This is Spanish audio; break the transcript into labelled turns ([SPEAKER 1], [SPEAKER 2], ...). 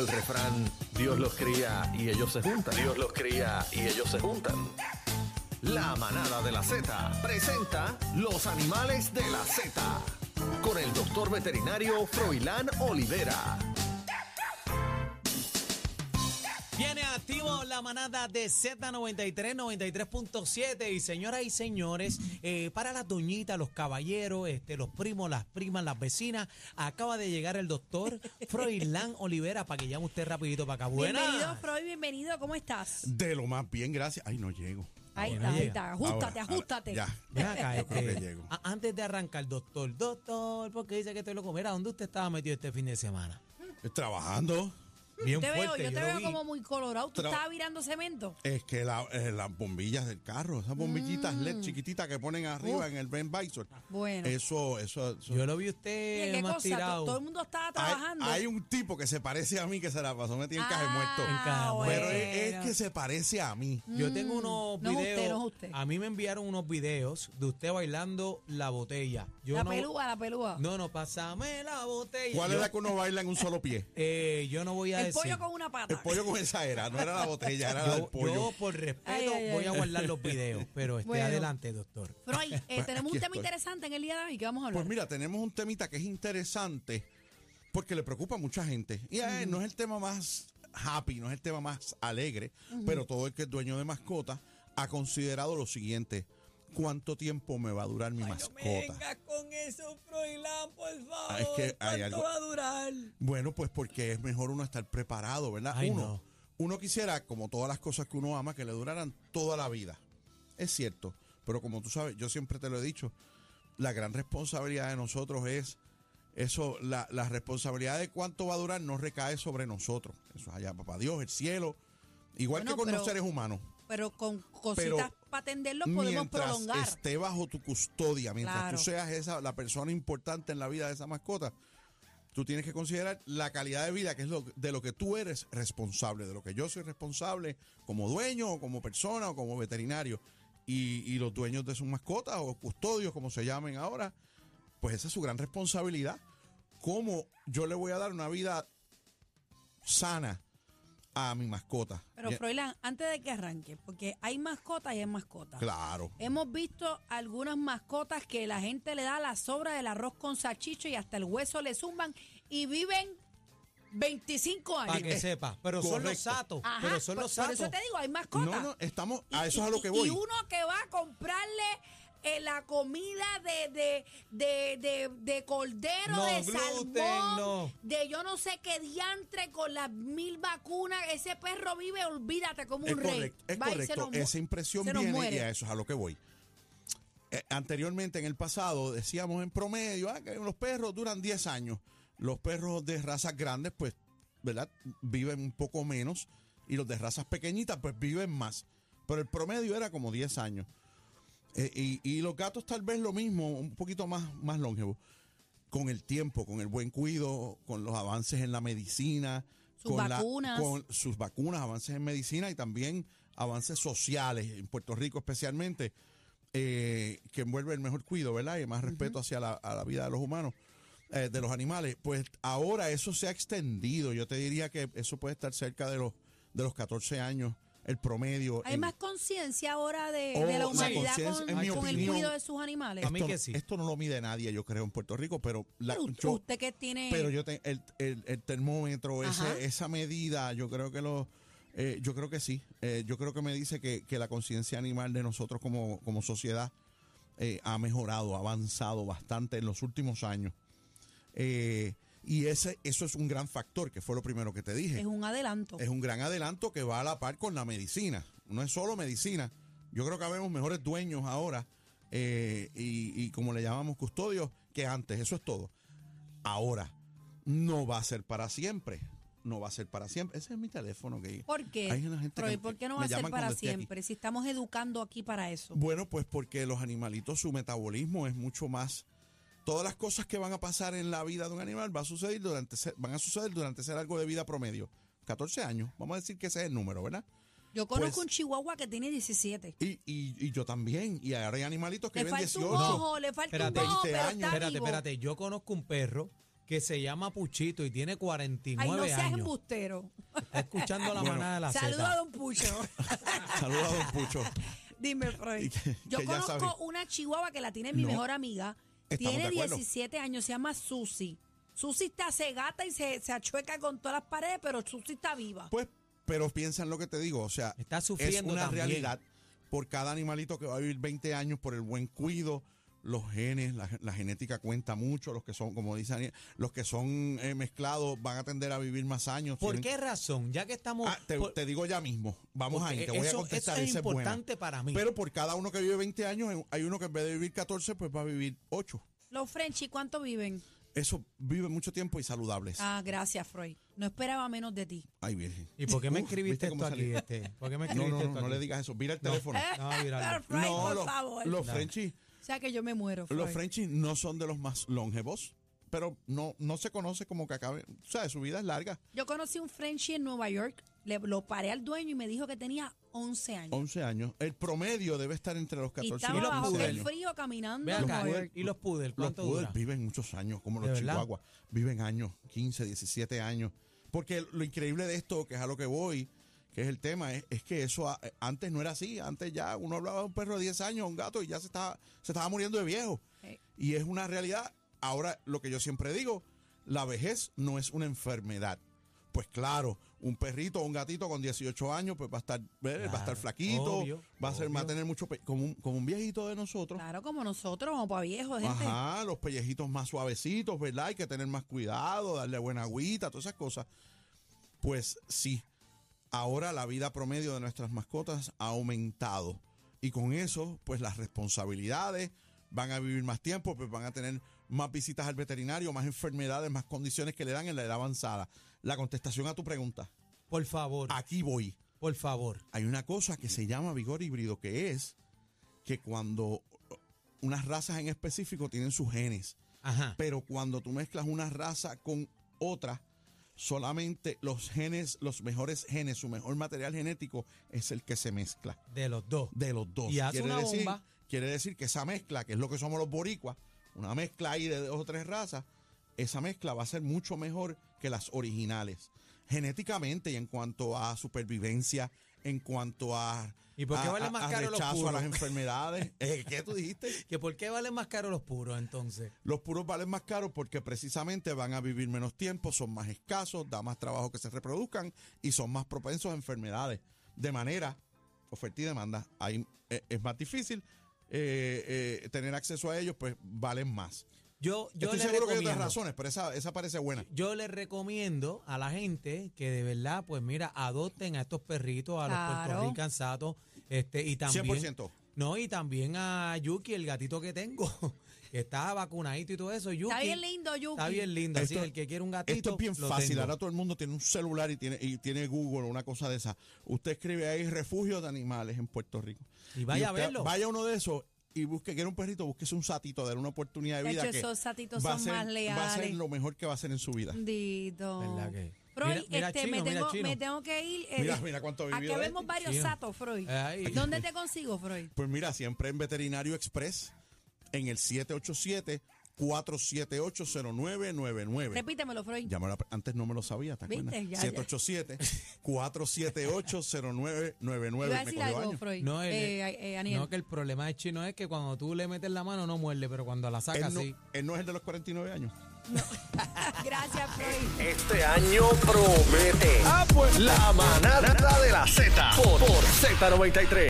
[SPEAKER 1] El refrán, Dios los cría y ellos se juntan. Dios los cría y ellos se juntan. La manada de la Z presenta los animales de la Z con el doctor veterinario Froilán Olivera.
[SPEAKER 2] Viene activo la manada de Z93, 93.7 y señoras y señores, eh, para las doñitas, los caballeros, este, los primos, las primas, las vecinas, acaba de llegar el doctor Froilán Olivera para que llame usted rapidito para acá.
[SPEAKER 3] Bienvenido,
[SPEAKER 2] Buenas.
[SPEAKER 3] Freud, bienvenido, ¿cómo estás?
[SPEAKER 4] De lo más bien, gracias. Ay, no llego.
[SPEAKER 3] Ahí
[SPEAKER 2] bueno,
[SPEAKER 3] está, ahí
[SPEAKER 2] llega.
[SPEAKER 3] está, ajustate,
[SPEAKER 4] Ahora,
[SPEAKER 3] ajustate.
[SPEAKER 4] ahora,
[SPEAKER 2] Ven acá,
[SPEAKER 4] Yo creo
[SPEAKER 2] este,
[SPEAKER 4] que llego.
[SPEAKER 2] a- antes de arrancar, doctor, doctor, porque dice que estoy loco. Mira, ¿dónde usted estaba metido este fin de semana?
[SPEAKER 4] ya. Trabajando.
[SPEAKER 2] Bien
[SPEAKER 3] Te veo,
[SPEAKER 2] fuerte,
[SPEAKER 3] yo te
[SPEAKER 2] lo
[SPEAKER 3] veo
[SPEAKER 2] vi.
[SPEAKER 3] como muy colorado. ¿Tú
[SPEAKER 4] Tra-
[SPEAKER 3] estabas virando cemento?
[SPEAKER 4] Es que la- eh, las bombillas del carro, esas bombillitas LED chiquititas que ponen arriba en el Ben Bison.
[SPEAKER 3] Mm. Bueno.
[SPEAKER 4] Eso, eso. eso-
[SPEAKER 2] Yo lo vi
[SPEAKER 3] Oye,
[SPEAKER 2] usted
[SPEAKER 3] ¿Qué
[SPEAKER 2] más
[SPEAKER 3] cosa?
[SPEAKER 2] tirado.
[SPEAKER 3] Todo, todo el mundo estaba
[SPEAKER 4] hay,
[SPEAKER 3] trabajando. Ah,
[SPEAKER 4] hay un tipo que se parece a mí que se la pasó metida en caja de muerto.
[SPEAKER 2] En caja de muerto.
[SPEAKER 4] Pero es, es
[SPEAKER 3] bueno.
[SPEAKER 4] que se parece a mí.
[SPEAKER 2] Yo tengo unos
[SPEAKER 3] Mm, no es usted,
[SPEAKER 2] videos.
[SPEAKER 3] no es usted.
[SPEAKER 2] A mí me enviaron unos videos de usted bailando la botella. Yo
[SPEAKER 3] la
[SPEAKER 2] no,
[SPEAKER 3] pelúa, la pelúa.
[SPEAKER 2] No, no, pásame la botella.
[SPEAKER 4] ¿Cuál
[SPEAKER 2] yo,
[SPEAKER 4] es la que uno baila en un solo pie?
[SPEAKER 2] eh, yo no voy a
[SPEAKER 3] el
[SPEAKER 2] decir.
[SPEAKER 3] pollo con una pata.
[SPEAKER 4] El pollo con esa era, no era la botella, era la del
[SPEAKER 2] yo,
[SPEAKER 4] Ah, pollo.
[SPEAKER 2] yo, por respeto
[SPEAKER 3] Ay, ay, ay.
[SPEAKER 2] voy a guardar los videos, pero esté
[SPEAKER 3] Bueno.
[SPEAKER 2] adelante, doctor.
[SPEAKER 3] Freud, eh, tenemos un
[SPEAKER 4] aquí
[SPEAKER 3] tema
[SPEAKER 4] estoy.
[SPEAKER 3] interesante en el día de hoy que vamos a hablar.
[SPEAKER 4] Pues mira, tenemos un temita que es interesante porque le preocupa a mucha gente. Y eh, no es el tema más happy, no es el tema más alegre, pero todo el que es dueño de mascota ha considerado lo siguiente. ¿Cuánto tiempo me va a durar mi mascota?
[SPEAKER 2] con eso, Froilán, por favor.
[SPEAKER 4] Ah, es que hay ¿Cuánto algo- va
[SPEAKER 2] a durar?
[SPEAKER 4] Bueno, pues porque es mejor uno estar preparado, ¿verdad?
[SPEAKER 2] Ay,
[SPEAKER 4] uno,
[SPEAKER 2] no.
[SPEAKER 4] uno quisiera, como todas las cosas que uno ama, que le duraran toda la vida. Es cierto, pero como tú sabes, yo siempre te lo he dicho, la gran responsabilidad de nosotros es eso, la, la responsabilidad de cuánto va a durar no recae sobre nosotros. Eso es allá, papá Dios, el cielo, igual
[SPEAKER 3] Bueno,
[SPEAKER 4] que con
[SPEAKER 3] pero-
[SPEAKER 4] los seres humanos.
[SPEAKER 3] Pero con cositas
[SPEAKER 4] Pero
[SPEAKER 3] para atenderlo podemos
[SPEAKER 4] Mientras
[SPEAKER 3] prolongar.
[SPEAKER 4] esté bajo tu custodia, mientras
[SPEAKER 3] Claro.
[SPEAKER 4] tú seas esa, la persona importante en la vida de esa mascota, tú tienes que considerar la calidad de vida, que es lo, de lo que tú eres responsable, de lo que yo soy responsable como dueño, o como persona o como veterinario. Y, y los dueños de sus mascotas o custodios, como se llamen ahora, pues esa es su gran responsabilidad. ¿Cómo yo le voy a dar una vida sana a mi mascota?
[SPEAKER 3] Pero
[SPEAKER 4] Ya-
[SPEAKER 3] Froilán, antes de que arranque, porque hay mascotas y hay mascotas.
[SPEAKER 4] claro.
[SPEAKER 3] Hemos visto algunas mascotas que la gente le da la sobra del arroz con salchicho y hasta el hueso le zumban y viven 25 años.
[SPEAKER 2] Para que sepa. Pero son los
[SPEAKER 4] Correcto.
[SPEAKER 2] satos.
[SPEAKER 3] eh. Ajá,
[SPEAKER 2] pero son
[SPEAKER 3] por-
[SPEAKER 2] los
[SPEAKER 3] Por
[SPEAKER 2] satos.
[SPEAKER 3] eso te digo, hay mascotas.
[SPEAKER 4] No, no, estamos, a
[SPEAKER 3] Y-
[SPEAKER 4] eso es a lo
[SPEAKER 3] y-
[SPEAKER 4] que voy.
[SPEAKER 3] Y uno que va a comprarle eh, la comida de, de, de, de, de cordero,
[SPEAKER 2] No,
[SPEAKER 3] de
[SPEAKER 2] gluten,
[SPEAKER 3] salmón,
[SPEAKER 2] no.
[SPEAKER 3] de yo no sé qué diantre con las mil vacunas. Ese perro vive, olvídate, como
[SPEAKER 4] Es
[SPEAKER 3] un rey.
[SPEAKER 4] correcto, es
[SPEAKER 3] Va y se
[SPEAKER 4] correcto.
[SPEAKER 3] nos mu-
[SPEAKER 4] Esa impresión
[SPEAKER 3] se nos
[SPEAKER 4] viene
[SPEAKER 3] muere.
[SPEAKER 4] y a eso es a lo que voy. Eh, anteriormente, en el pasado, decíamos en promedio ah, que los perros duran 10 años. Los perros de razas grandes, pues, ¿verdad? Viven un poco menos. Y los de razas pequeñitas, pues, viven más. Pero el promedio era como 10 años. Eh, y, y los gatos tal vez lo mismo, un poquito más, más longevo. Con el tiempo, con el buen cuido, con los avances en la medicina.
[SPEAKER 3] Sus
[SPEAKER 4] con la-
[SPEAKER 3] vacunas.
[SPEAKER 4] con sus vacunas, avances en medicina y también avances sociales, en Puerto Rico especialmente, eh, que envuelve el mejor cuido, ¿verdad? Y más respeto hacia la, a la vida de los humanos, eh, de los animales. Pues ahora eso se ha extendido. Yo te diría que eso puede estar cerca de los, de los 14 años, el promedio.
[SPEAKER 3] Hay
[SPEAKER 4] en-
[SPEAKER 3] más conciencia ahora de,
[SPEAKER 4] Oh,
[SPEAKER 3] de la
[SPEAKER 4] la
[SPEAKER 3] humanidad
[SPEAKER 4] conciencia,
[SPEAKER 3] con,
[SPEAKER 4] en
[SPEAKER 2] mi
[SPEAKER 3] con el
[SPEAKER 4] opinión,
[SPEAKER 3] cuidado de sus animales.
[SPEAKER 2] a mí
[SPEAKER 4] esto,
[SPEAKER 2] que sí.
[SPEAKER 4] esto no lo mide nadie, yo creo, en Puerto Rico, pero, la,
[SPEAKER 3] Pero usted,
[SPEAKER 4] yo-
[SPEAKER 3] que tiene...
[SPEAKER 4] pero yo te- el, el- el termómetro,
[SPEAKER 3] Ajá.
[SPEAKER 4] ese- esa medida, yo creo que lo, eh, yo creo que sí. Eh, yo creo que me dice que, que la conciencia animal de nosotros como, como sociedad eh, ha mejorado, ha avanzado bastante en los últimos años. Eh, y ese, eso es un gran factor, que fue lo primero que te dije.
[SPEAKER 3] es un adelanto.
[SPEAKER 4] Es un gran adelanto que va a la par con la medicina. No es solo medicina. Yo creo que habemos mejores dueños ahora eh, y, y como le llamamos custodios que antes. Eso es todo. Ahora, no va a ser para siempre. No va a ser para siempre. Ese es mi teléfono que...
[SPEAKER 3] ¿Por qué?
[SPEAKER 4] Hay una gente
[SPEAKER 3] Pero,
[SPEAKER 4] que
[SPEAKER 3] ¿y
[SPEAKER 4] me-
[SPEAKER 3] ¿Por qué no
[SPEAKER 4] me
[SPEAKER 3] va a ser
[SPEAKER 4] llaman
[SPEAKER 3] para
[SPEAKER 4] cuando esté aquí.
[SPEAKER 3] siempre? Si estamos educando aquí para eso.
[SPEAKER 4] Bueno, pues porque los animalitos, su metabolismo es mucho más. Todas las cosas que van a pasar en la vida de un animal va a suceder durante, ese- van a suceder durante ese largo de vida promedio. 14 años, vamos a decir que ese es el número, ¿verdad?
[SPEAKER 3] Yo conozco
[SPEAKER 4] Pues-
[SPEAKER 3] un chihuahua que tiene 17.
[SPEAKER 4] Y, y, y yo también. Y ahora hay animalitos que
[SPEAKER 3] Le
[SPEAKER 4] viven
[SPEAKER 3] falta
[SPEAKER 4] 18.
[SPEAKER 3] un ojo, le falta
[SPEAKER 2] Espérate,
[SPEAKER 3] un ojo,
[SPEAKER 4] 20
[SPEAKER 3] pero
[SPEAKER 4] años.
[SPEAKER 3] está
[SPEAKER 2] espérate,
[SPEAKER 3] vivo.
[SPEAKER 2] espérate. Yo conozco un perro que se llama Puchito y tiene 49
[SPEAKER 3] Ay, no seas
[SPEAKER 2] años.
[SPEAKER 3] embustero.
[SPEAKER 2] Está escuchando la
[SPEAKER 4] Bueno,
[SPEAKER 2] manada de la
[SPEAKER 3] Saludos a
[SPEAKER 2] Z.
[SPEAKER 3] Don Pucho.
[SPEAKER 4] Saludos a Don Pucho.
[SPEAKER 3] Dime, Freud.
[SPEAKER 4] Y que-
[SPEAKER 3] Yo
[SPEAKER 4] que ya
[SPEAKER 3] conozco
[SPEAKER 4] sabe.
[SPEAKER 3] una chihuahua que la tiene mi
[SPEAKER 4] No.
[SPEAKER 3] mejor amiga.
[SPEAKER 4] Estamos
[SPEAKER 3] tiene
[SPEAKER 4] de acuerdo.
[SPEAKER 3] 17 años, se llama Susi. Susi está cegata y se, se achueca con todas las paredes, pero Susi está viva.
[SPEAKER 4] Pues, pero piensa en lo que te digo, o sea,
[SPEAKER 2] Está sufriendo
[SPEAKER 4] es una
[SPEAKER 2] también.
[SPEAKER 4] realidad por cada animalito que va a vivir 20 años por el buen cuido, los genes, la, la genética cuenta mucho, los que son, como dice Daniel, los que son eh, mezclados van a tender a vivir más años.
[SPEAKER 2] ¿Por
[SPEAKER 4] tienen-
[SPEAKER 2] qué razón? Ya que estamos...
[SPEAKER 4] Ah, te,
[SPEAKER 2] por-
[SPEAKER 4] te digo ya mismo, vamos
[SPEAKER 2] porque
[SPEAKER 4] ahí, te voy
[SPEAKER 2] eso-
[SPEAKER 4] a contestar.
[SPEAKER 2] Eso es
[SPEAKER 4] esa es buena.
[SPEAKER 2] importante para mí.
[SPEAKER 4] Pero por cada uno que vive 20 años, hay- hay uno que en vez de vivir 14, pues va a vivir 8.
[SPEAKER 3] Los Frenchy, ¿cuánto viven?
[SPEAKER 4] Eso vive mucho tiempo y saludables.
[SPEAKER 3] Ah, gracias, Freud. No esperaba menos de ti.
[SPEAKER 4] Ay, virgen.
[SPEAKER 2] ¿Y por qué me
[SPEAKER 4] Uf,
[SPEAKER 2] escribiste
[SPEAKER 4] uh, ¿viste
[SPEAKER 2] esto
[SPEAKER 4] cómo
[SPEAKER 2] aquí?
[SPEAKER 4] salí?
[SPEAKER 2] Este? ¿Por qué me
[SPEAKER 4] No,
[SPEAKER 2] escribiste
[SPEAKER 4] no,
[SPEAKER 2] esto
[SPEAKER 4] no, no
[SPEAKER 2] aquí?
[SPEAKER 4] le digas eso. Mira el teléfono.
[SPEAKER 2] No, míralo.
[SPEAKER 3] Freud,
[SPEAKER 4] no,
[SPEAKER 3] por
[SPEAKER 4] los,
[SPEAKER 3] favor.
[SPEAKER 4] los
[SPEAKER 2] No.
[SPEAKER 4] Frenchies,
[SPEAKER 3] O sea que yo me muero.
[SPEAKER 4] los
[SPEAKER 3] Freud.
[SPEAKER 4] Frenchies no son de los más longevos, pero no, no se conoce como que acabe. O sea, su vida es larga,
[SPEAKER 3] Yo conocí un Frenchy en Nueva York. Le, lo paré al dueño y me dijo que tenía 11 años.
[SPEAKER 4] 11 años. El promedio debe estar entre los
[SPEAKER 3] Y
[SPEAKER 4] 14 y,
[SPEAKER 3] estaba
[SPEAKER 2] los
[SPEAKER 3] bajo
[SPEAKER 4] 15
[SPEAKER 2] poodle.
[SPEAKER 3] el
[SPEAKER 4] años.
[SPEAKER 3] frío caminando.
[SPEAKER 2] Ve
[SPEAKER 3] en
[SPEAKER 2] acá,
[SPEAKER 3] Nueva York.
[SPEAKER 2] ¿y los poodles?
[SPEAKER 4] Los
[SPEAKER 2] ¿Cuánto
[SPEAKER 4] poodles
[SPEAKER 2] dura?
[SPEAKER 4] viven muchos años, como
[SPEAKER 2] ¿De
[SPEAKER 4] los
[SPEAKER 2] verdad?
[SPEAKER 4] chihuahuas. Viven años, 15, 17 años. Porque lo increíble de esto, que es a lo que voy, que es el tema, es, es que eso a- antes no era así. Antes ya uno hablaba de un perro de 10 años, un gato, y ya se estaba, se estaba muriendo de viejo.
[SPEAKER 3] Sí.
[SPEAKER 4] Y es una realidad. Ahora, lo que yo siempre digo, la vejez no es una enfermedad. Pues claro, un perrito o un gatito con 18 años, pues va a estar, eh, va a
[SPEAKER 2] Claro,
[SPEAKER 4] estar flaquito,
[SPEAKER 2] obvio,
[SPEAKER 4] va a ser, va a
[SPEAKER 2] obvio.
[SPEAKER 4] tener mucho, pe- como un, como un viejito de nosotros.
[SPEAKER 3] Claro, como nosotros, como para viejos, gente.
[SPEAKER 4] Ajá, los pellejitos más suavecitos, ¿verdad? Hay que tener más cuidado, darle buena agüita, todas esas cosas. Pues sí, ahora la vida promedio de nuestras mascotas ha aumentado. Y con eso, pues las responsabilidades van a vivir más tiempo, pues van a tener más visitas al veterinario, más enfermedades, más condiciones que le dan en la edad avanzada. La contestación a tu pregunta,
[SPEAKER 2] Por favor,
[SPEAKER 4] aquí voy
[SPEAKER 2] por favor.
[SPEAKER 4] hay una cosa que se llama vigor híbrido, que es que cuando unas razas en específico tienen sus genes,
[SPEAKER 2] Ajá.
[SPEAKER 4] pero cuando tú mezclas una raza con otra, solamente los genes, los mejores genes, su mejor material genético es el que se mezcla
[SPEAKER 2] De los dos.
[SPEAKER 4] de los dos.
[SPEAKER 2] Y hace una
[SPEAKER 4] decir,
[SPEAKER 2] bomba.
[SPEAKER 4] quiere decir que esa mezcla, que es lo que somos los boricuas, una mezcla ahí de dos o tres razas, esa mezcla va a ser mucho mejor que las originales. Genéticamente y en cuanto a supervivencia, en cuanto a,
[SPEAKER 2] ¿Y por qué
[SPEAKER 4] a-
[SPEAKER 2] vale
[SPEAKER 4] a-
[SPEAKER 2] más
[SPEAKER 4] a
[SPEAKER 2] caro los
[SPEAKER 4] rechazo a
[SPEAKER 2] puros?
[SPEAKER 4] las enfermedades. Eh, ¿Qué tú dijiste?
[SPEAKER 2] ¿Que ¿Por qué valen más caros los puros entonces?
[SPEAKER 4] Los puros valen más caros porque precisamente van a vivir menos tiempo, son más escasos, da más trabajo que se reproduzcan y son más propensos a enfermedades. De manera, oferta y demanda, ahí eh, es más difícil eh, eh, tener acceso a ellos, pues valen más.
[SPEAKER 2] Yo, yo
[SPEAKER 4] Estoy
[SPEAKER 2] le
[SPEAKER 4] seguro que hay otras
[SPEAKER 2] recomiendo-
[SPEAKER 4] razones, pero esa, esa parece buena.
[SPEAKER 2] Yo les recomiendo a la gente que de verdad, pues mira, adopten a estos perritos, a los
[SPEAKER 3] Claro.
[SPEAKER 2] puertorricansatos, este, y también.
[SPEAKER 4] 100%.
[SPEAKER 2] No, y también a Yuki, el gatito que tengo, que está vacunadito y todo eso. Yuki,
[SPEAKER 3] Está bien lindo, Yuki.
[SPEAKER 2] Está bien lindo, así
[SPEAKER 4] Esto-
[SPEAKER 2] el que quiere un gatito.
[SPEAKER 4] Esto es bien
[SPEAKER 2] lo
[SPEAKER 4] fácil,
[SPEAKER 2] tengo.
[SPEAKER 4] ahora todo el mundo tiene un celular y tiene, y tiene Google o una cosa de esa. Usted escribe ahí refugio de animales en Puerto Rico.
[SPEAKER 2] Y vaya a
[SPEAKER 4] usted
[SPEAKER 2] verlo.
[SPEAKER 4] Vaya a uno de esos y busque, quiere un perrito, búsquese un satito, darle una oportunidad de
[SPEAKER 3] De
[SPEAKER 4] vida.
[SPEAKER 3] hecho,
[SPEAKER 4] que
[SPEAKER 3] esos satitos
[SPEAKER 4] va a
[SPEAKER 3] son
[SPEAKER 4] ser-
[SPEAKER 3] más
[SPEAKER 4] Va a ser
[SPEAKER 3] leales.
[SPEAKER 4] lo mejor que va a hacer en su vida.
[SPEAKER 3] Bendito.
[SPEAKER 2] ¿Verdad que?
[SPEAKER 3] Freud,
[SPEAKER 2] Mira- mira
[SPEAKER 3] este,
[SPEAKER 2] Chino,
[SPEAKER 3] me,
[SPEAKER 2] mira
[SPEAKER 3] tengo,
[SPEAKER 2] Chino.
[SPEAKER 3] me tengo que ir. eh,
[SPEAKER 4] Mira, mira cuánto ha
[SPEAKER 3] Aquí
[SPEAKER 4] vivido
[SPEAKER 3] vemos
[SPEAKER 4] este.
[SPEAKER 3] varios
[SPEAKER 2] Chino.
[SPEAKER 3] satos, Freud.
[SPEAKER 2] Ay.
[SPEAKER 3] ¿Dónde te consigo, Freud?
[SPEAKER 4] Pues mira, siempre en Veterinario Express, en el 787-478-0999.
[SPEAKER 3] Repítemelo, Freud.
[SPEAKER 4] Ya me lo ap- antes no me lo sabía, ¿te
[SPEAKER 3] Viste,
[SPEAKER 4] acuerdas?
[SPEAKER 3] ya, ya.
[SPEAKER 4] 787-478-0999.
[SPEAKER 3] Iba a
[SPEAKER 4] Me
[SPEAKER 3] decir
[SPEAKER 4] cogió
[SPEAKER 3] algo,
[SPEAKER 4] años.
[SPEAKER 3] Freud.
[SPEAKER 2] No, el-
[SPEAKER 3] eh, eh, Aniel.
[SPEAKER 2] No, que el problema de chino es que cuando tú le metes la mano no muerde, pero cuando la sacas
[SPEAKER 4] Él no,
[SPEAKER 2] sí.
[SPEAKER 4] él no es el de los 49 años.
[SPEAKER 3] Gracias, Freud.
[SPEAKER 1] Este año promete. Ah, pues. La manada de la Z por, por Z93.